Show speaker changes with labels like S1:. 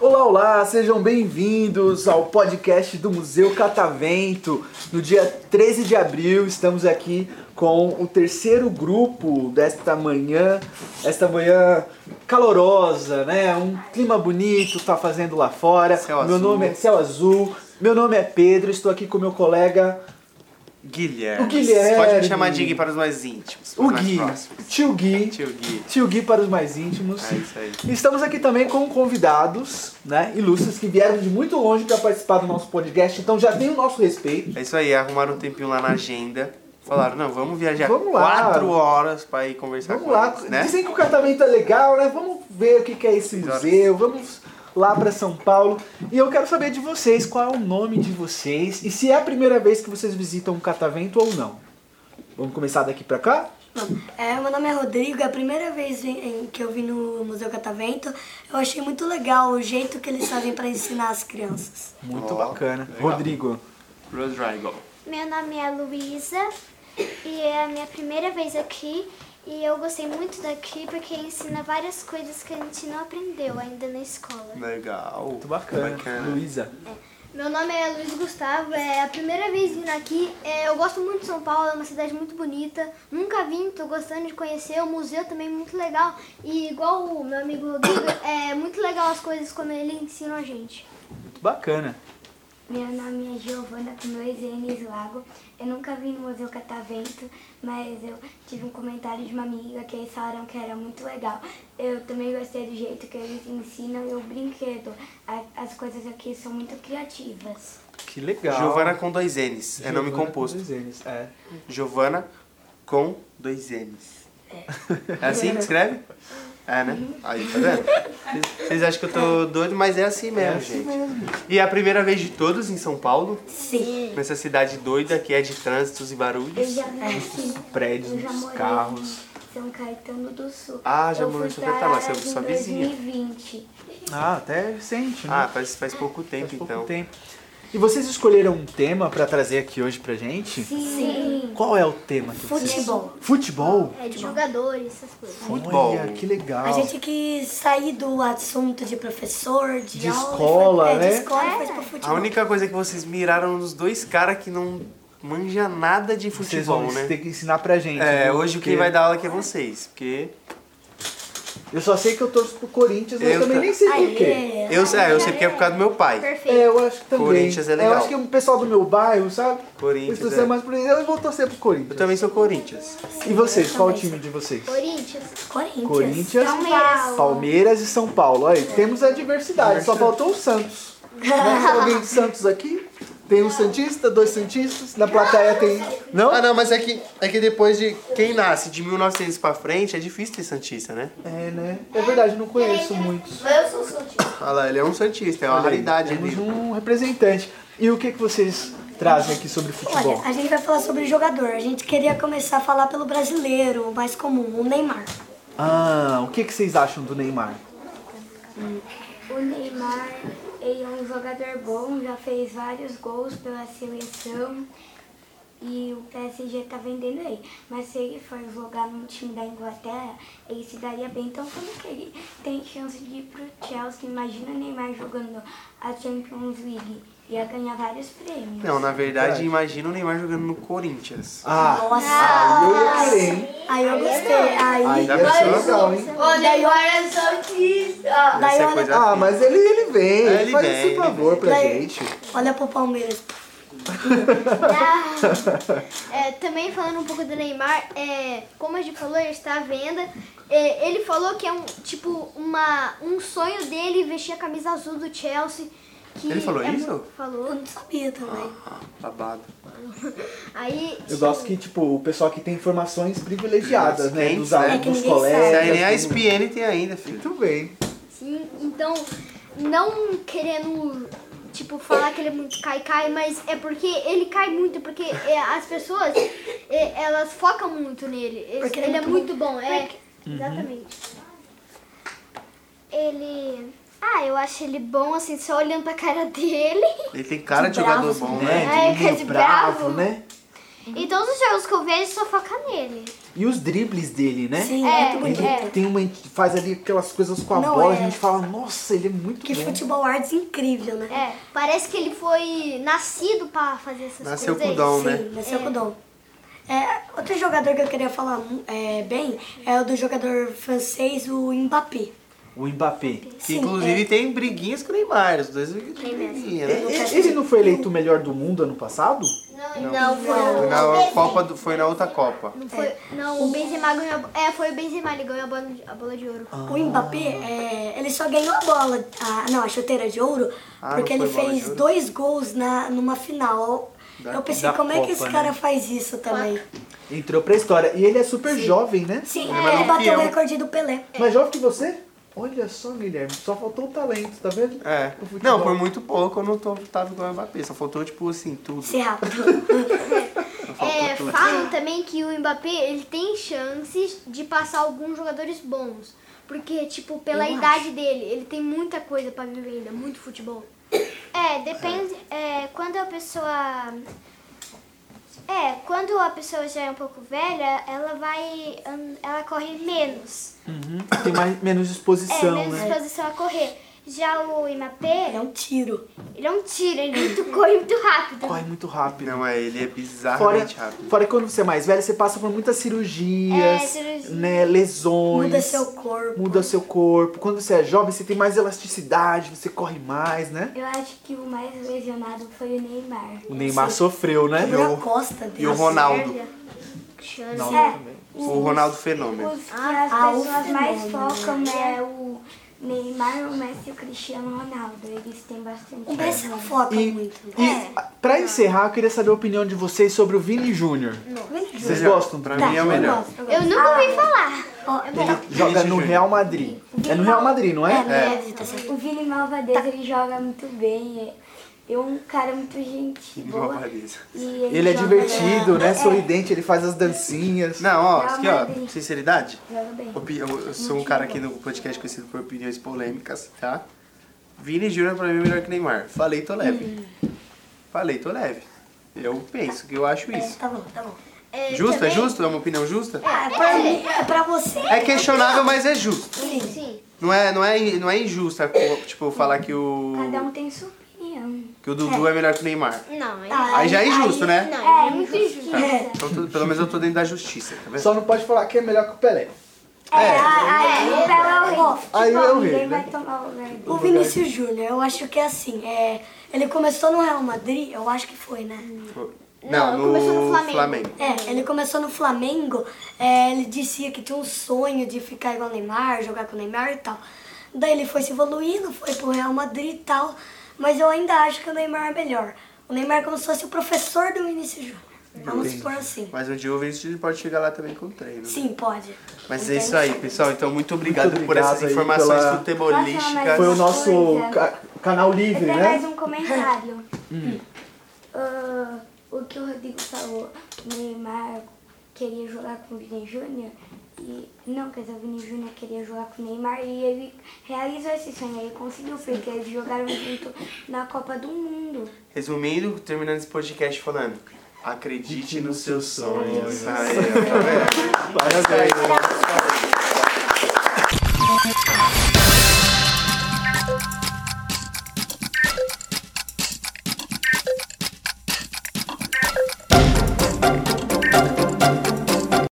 S1: Olá, olá, sejam bem-vindos ao podcast do Museu Catavento. No dia 13 de abril, estamos aqui com o terceiro grupo desta manhã, esta manhã calorosa, né? Um clima bonito, tá fazendo lá fora.
S2: Céu
S1: meu
S2: azul.
S1: nome é Céu Azul. Meu nome é Pedro, estou aqui com meu colega
S2: Guilherme.
S1: O Guilherme.
S2: Pode me chamar de Gui para os mais íntimos. para
S1: o
S2: os mais
S1: Gui,
S2: próximos.
S1: tio Gui,
S2: Tio Gui.
S1: tio Gui para os mais íntimos.
S2: É isso aí.
S1: Estamos aqui também com convidados, né, ilustres que vieram de muito longe para participar do nosso podcast, então já tem o nosso respeito.
S2: É isso aí, arrumaram um tempinho lá na agenda. Falaram, não, vamos viajar
S1: Vamos lá.
S2: quatro horas pra ir conversar
S1: Vamos
S2: com
S1: lá,
S2: eles, né?
S1: dizem que o catamento é legal, né? Vamos ver o que que é esse
S2: Seis horas.
S1: museu, vamos lá para São Paulo. E eu quero saber de vocês, qual é o nome de vocês e se é a primeira vez que vocês visitam o catavento ou não. Vamos começar daqui para cá?
S3: É, meu nome é Rodrigo, é a primeira vez em- em que eu vim no Museu Catavento. Eu achei muito legal o jeito que eles fazem para ensinar as crianças.
S1: Muito
S2: Ó,
S1: bacana.
S2: legal.
S1: Rodrigo.
S2: Rodrigo.
S4: Meu nome é Luísa e é a minha primeira vez aqui e eu gostei muito daqui porque ensina várias coisas que a gente não aprendeu ainda na escola.
S2: Legal.
S1: Muito bacana.
S2: Bacana.
S1: Luísa.
S4: Meu nome é Luiz Gustavo, é a primeira vez vindo aqui. É, eu gosto muito de São Paulo, é uma cidade muito bonita. Nunca vim, tô gostando de conhecer. O museu também é muito legal. E igual o meu amigo Rodrigo, é muito legal as coisas como ele ensina a gente.
S1: Muito bacana.
S4: Meu nome é Giovana com dois N's Lago. Eu nunca vim no Museu Catavento, mas eu tive um comentário de uma amiga que eles falaram que era muito legal. Eu também gostei do jeito que eles ensinam e o brinquedo. A- As coisas aqui são muito criativas.
S1: Que legal.
S2: Giovana com dois N's. É nome
S1: Giovana
S2: composto.
S1: dos Enes, é.
S2: Giovana com dois N's. É assim que escreve? É, né? Aí, tá vendo? Vocês- Vocês acham que eu tô doido, mas é assim mesmo, gente. E é a primeira vez de todos em São Paulo,
S3: Sim.
S2: nessa cidade doida que é de trânsitos e barulhos.
S4: nasci
S1: prédios,
S4: Eu já
S1: nos
S4: morei
S1: carros.
S4: São Caetano do Sul.
S2: Ah, já Eu morou em fui São Caetano, pra mas você é sua Araras em vizinha.
S4: 2020.
S1: Ah, até recente, né?
S2: Ah, faz, faz pouco tempo
S1: Faz pouco
S2: então.
S1: tempo. E vocês escolheram um tema pra trazer aqui hoje pra gente?
S4: Sim.
S1: Qual é o tema que
S3: Futebol.
S1: vocês... Futebol.
S4: É de jogadores, essas coisas.
S2: Futebol.
S1: Olha, que legal.
S3: A gente quis sair do assunto de professor, de,
S1: De
S3: aula,
S1: escola,
S3: foi, é,
S1: né?
S3: de escola e foi pro futebol.
S2: A única coisa que vocês miraram nos dois caras que não manja nada de
S1: vocês
S2: futebol,
S1: vão
S2: né?
S1: ter que ensinar pra gente.
S2: É,
S1: viu?
S2: hoje
S1: Porque
S2: quem vai dar aula aqui é vocês, porque
S1: Eu só sei que eu torço pro Corinthians, mas
S2: Eu
S1: também
S2: ta-
S1: nem sei por quê.
S3: Aê.
S2: eu, é, eu sei porque é por causa do meu pai.
S1: É, eu acho que também.
S2: Corinthians é
S1: Eu
S2: legal.
S1: acho que o pessoal do meu bairro, sabe?
S2: Corinthians,
S1: Eles torcem
S2: é.
S1: mais pro... Eu vou torcer pro Corinthians.
S2: Eu também sou Corinthians.
S1: E vocês, qual o
S3: também.
S1: time de vocês?
S4: Corinthians.
S3: Corinthians.
S1: Corinthians,
S4: Palmeiras.
S1: Palmeiras e São Paulo. Aí temos a diversidade, só faltou o Santos. Né? Tem alguém de Santos aqui? Tem um Santista, dois Santistas, na plateia tem. Não?
S2: Ah, não, mas é que, é que depois de quem nasce de 1900 pra frente, é difícil ter Santista, né?
S1: É, né? É verdade, não conheço muitos.
S4: Eu sou Santista.
S2: Olha lá, ele é um Santista, é uma raridade.
S1: Temos
S2: Ele...
S1: um representante. E o que, que vocês trazem aqui sobre futebol?
S3: Olha, a gente vai falar sobre jogador. A gente queria começar a falar pelo brasileiro, o mais comum, o Neymar.
S1: Ah, o que, que vocês acham do Neymar?
S4: O Neymar, ele é um jogador bom, já fez vários gols pela seleção. E o PSG tá vendendo ele. Mas se ele for jogar num time da Inglaterra, ele se daria bem. Então como que ele tem chance de ir pro Chelsea? Imagina o Neymar jogando a Champions League. Ia ganhar vários prêmios.
S2: Não, na verdade, imagina o Neymar jogando no Corinthians.
S1: Ah,
S3: Nossa.
S1: aí eu ia querer, hein?
S3: Aí eu gostei. Aí,
S1: Aí
S2: dá
S1: ia ser
S2: pra-
S1: legal, hein?
S5: Ô, Neymar é Santista.
S3: daí
S2: Essa é
S3: olha,
S2: coisa-
S1: Ah, mas ele, ele vem,
S2: É,
S1: ele
S2: ele
S1: faz
S2: vem,
S1: esse
S2: ele
S1: favor pra
S3: Daí-
S1: gente.
S3: olha pro Palmeiras.
S4: É, também falando um pouco do Neymar, é, como a gente falou, ele está à venda. É, ele falou que é um tipo uma, um sonho dele vestir a camisa azul do Chelsea. que
S2: Ele falou
S4: é mu-
S2: isso?
S3: Eu
S4: Falou.
S3: não sabia também.
S2: Ah, babado.
S4: Aí.
S1: Eu gosto que, tipo, o pessoal que tem informações privilegiadas,
S2: Nossa,
S1: né?
S2: quem
S1: Dos
S2: sabe?
S1: alunos,
S3: É que
S1: dos
S3: ninguém
S1: colegas. assim.
S2: Se aí nem a
S1: tudo.
S2: ESPN tem ainda, filho.
S1: Muito bem.
S4: Sim, então, não querendo, tipo, falar que ele é muito cai-cai, mas é porque ele cai muito, porque é, as pessoas, é, elas focam muito nele. Ele,
S3: Porque
S4: ele é muito bom, é. Exatamente. Ele...
S6: Ah, eu acho ele bom, assim, só olhando pra cara dele.
S2: Ele tem cara de,
S1: De
S2: jogador
S1: bravos,
S2: bom,
S1: né?
S2: né?
S6: É,
S1: De
S6: que é
S1: menino
S6: de
S1: bravo,
S6: bravo.
S1: né?
S6: E todos os jogos que eu vejo só foca nele.
S1: E os dribles dele, né?
S3: Sim,
S6: É,
S3: muito
S1: Ele
S3: bonito.
S6: é.
S1: tem uma que faz ali aquelas coisas com a
S3: Não,
S1: bola,
S3: é.
S1: a gente fala, nossa, ele é muito
S3: Que
S2: Né?
S1: bom.
S3: futebol artes incrível, né?
S6: É, parece que ele foi nascido pra fazer essas
S2: Nasceu
S6: coisas. é
S2: com dom,
S3: Sim,
S2: né?
S3: nasceu com o dom. É, outro jogador que eu queria falar mu- é, bem é o do jogador francês, o Mbappé.
S1: O Mbappé.
S2: Que
S3: Sim,
S2: inclusive
S3: é.
S2: tem briguinhas com o Neymar. Os dois tem briguinha, né?
S1: E- e- Ele não foi eleito o melhor do mundo ano passado?
S6: Não, não,
S2: Foi
S6: foi.
S2: na Copa do- foi na outra Copa.
S6: Não, foi, não, o Benzema ganhou. a bo- É, foi o Benzema, ele ganhou a bola de, a bola de ouro.
S3: O Mbappé,
S2: Ah.
S3: é, ele só ganhou a bola, a- não, a chuteira de ouro,
S2: Ah,
S3: porque
S2: não foi
S3: ele
S2: bola de
S3: fez
S2: ouro?
S3: dois gols na, numa final.
S2: Da-
S3: eu pensei,
S1: da
S3: como é que esse
S1: Copa,
S3: cara
S1: né?
S3: faz isso também?
S1: Entrou pra história. E ele é super jovem, né?
S3: Sim,
S2: Ele é
S3: ele bateu o
S2: campeão.
S3: recorde do Pelé.
S1: Mais jovem que você? Olha só, Guilherme, só faltou o talento, tá vendo?
S2: É.
S1: Pro futebol.
S2: Não, por muito pouco eu não tô, tava igual o Mbappé. Só faltou, tipo assim, tudo.
S3: Ser rápido.
S6: É, falam também que o Mbappé ele tem chances de passar alguns jogadores bons. Porque, tipo, pela idade dele, ele tem muita coisa pra viver ainda, muito futebol.
S7: É, depende. É, quando a pessoa. É, quando a pessoa já é um pouco velha, ela vai. an- Ela corre menos.
S1: Uhum. Tem mais, menos
S7: É,
S1: disposição,
S7: menos
S1: né?
S7: disposição a correr. Já o
S3: Ele é
S7: Imapê,
S3: um tiro.
S7: ele é um tiro, ele muito, corre muito rápido.
S1: Corre muito rápido.
S2: Não, é, ele é
S1: Fora,
S2: bizarramente rápido.
S1: fora que quando você é mais velho, você passa por muitas cirurgias,
S7: É, cirurgia.
S1: né, lesões.
S3: Muda seu corpo.
S1: Muda seu corpo. Quando você é jovem, você tem mais elasticidade, você corre mais, né?
S4: Eu acho que o mais lesionado foi o Neymar.
S1: O Neymar sofreu, né?
S3: Quebrou a costa dele.
S2: E o Ronaldo.
S1: Não,
S2: O Ronaldo Fenômeno.
S4: É, Os que as
S3: ah, o
S4: pessoas mais
S3: fenômeno.
S4: focam
S7: né?
S4: é o Neymar, o Messi e o Cristiano Ronaldo. Eles têm bastante.
S3: O Messi
S2: É.
S3: não foca
S1: E,
S3: muito. né?
S1: e pra encerrar, eu queria saber a opinião de vocês sobre o Vini Júnior. Vocês gostam?
S2: Pra
S3: Tá,
S2: mim é o
S3: eu
S2: melhor.
S3: gosto,
S7: Eu nunca ouvi falar.
S4: Ah,
S1: Ele joga no
S2: Júnior.
S1: Real Madrid. É no Real Madrid, não é?
S3: É, é, tá certo.
S4: O Vini Malvadez, ele joga muito bem. é- É um cara muito gente boa.
S2: Malvadeza.
S4: E ele,
S1: Ele é
S4: joga-
S1: divertido, né? Sorridente, ele faz as dancinhas.
S2: Não, ó,
S4: Real
S2: aqui, ó,
S4: Madrid.
S2: sinceridade.
S4: Joga bem.
S2: Opi- Eu, eu sou um cara aqui no podcast conhecido por opiniões polêmicas, tá? Vini Júnior pra mim é melhor que Neymar. Falei, tô leve.
S7: Hum.
S2: Falei, tô leve. Eu penso que eu acho
S7: É,
S2: isso.
S3: Tá bom, tá bom.
S2: Justo? É justo? É uma opinião justa?
S3: Ah, é pra mim, é pra você.
S2: É questionável, mas é justo.
S7: Sim.
S2: Não é, não é, in- não é injusto, é co- tipo, falar que o,
S4: Cada um tem sua opinião.
S2: que o Dudu é melhor que o Neymar.
S7: Não, ele-
S3: Ah,
S2: Aí já é injusto, né?
S7: não, ele é muito injusto.
S2: Tá. Então, tu- pelo menos eu tô dentro da justiça, tá vendo?
S1: Só não pode falar que é melhor que o Pelé.
S2: É,
S4: Aí o Pelé é o rei.
S1: Aí
S4: Tipo,
S1: é o
S4: ninguém
S1: rei, né?
S4: vai tomar o lugar dele.
S3: O Vinícius Júnior, eu acho que é assim, é, ele começou no Real Madrid, eu acho que foi, né?
S2: não,
S7: começou no
S2: no
S7: Flamengo.
S2: Flamengo.
S3: É, ele começou no Flamengo, é, ele dizia que tinha um sonho de ficar igual o Neymar, jogar com o Neymar e tal. Daí ele foi se evoluindo, foi pro Real Madrid e tal, mas eu ainda acho que o Neymar é melhor. O Neymar é como se fosse o professor do Vinícius Júnior, vamos supor assim.
S2: Mas um dia o Vinícius pode chegar lá também com o treino. né?
S3: Sim, pode.
S2: Mas é isso aí, pessoal. Então, muito obrigado,
S1: Muito
S2: por essas
S1: obrigado aí
S2: informações
S1: pela-
S2: futebolísticas.
S1: Foi um- o nosso
S4: Coisa.
S1: ca- canal
S4: Eu
S1: livre, né?
S4: tenho
S1: Hum.
S4: mais um comentário. Hum. Ah, o que o Rodrigo falou, Neymar queria jogar com o Vini Júnior. E, não, quer dizer, o Vini Júnior queria jogar com o Neymar e ele realizou esse sonho, ele conseguiu, porque eles jogaram junto na Copa do Mundo.
S2: Resumindo, terminando esse podcast falando. Acredite nos seus sonhos. tá
S1: Parabéns.
S2: Aí, ó.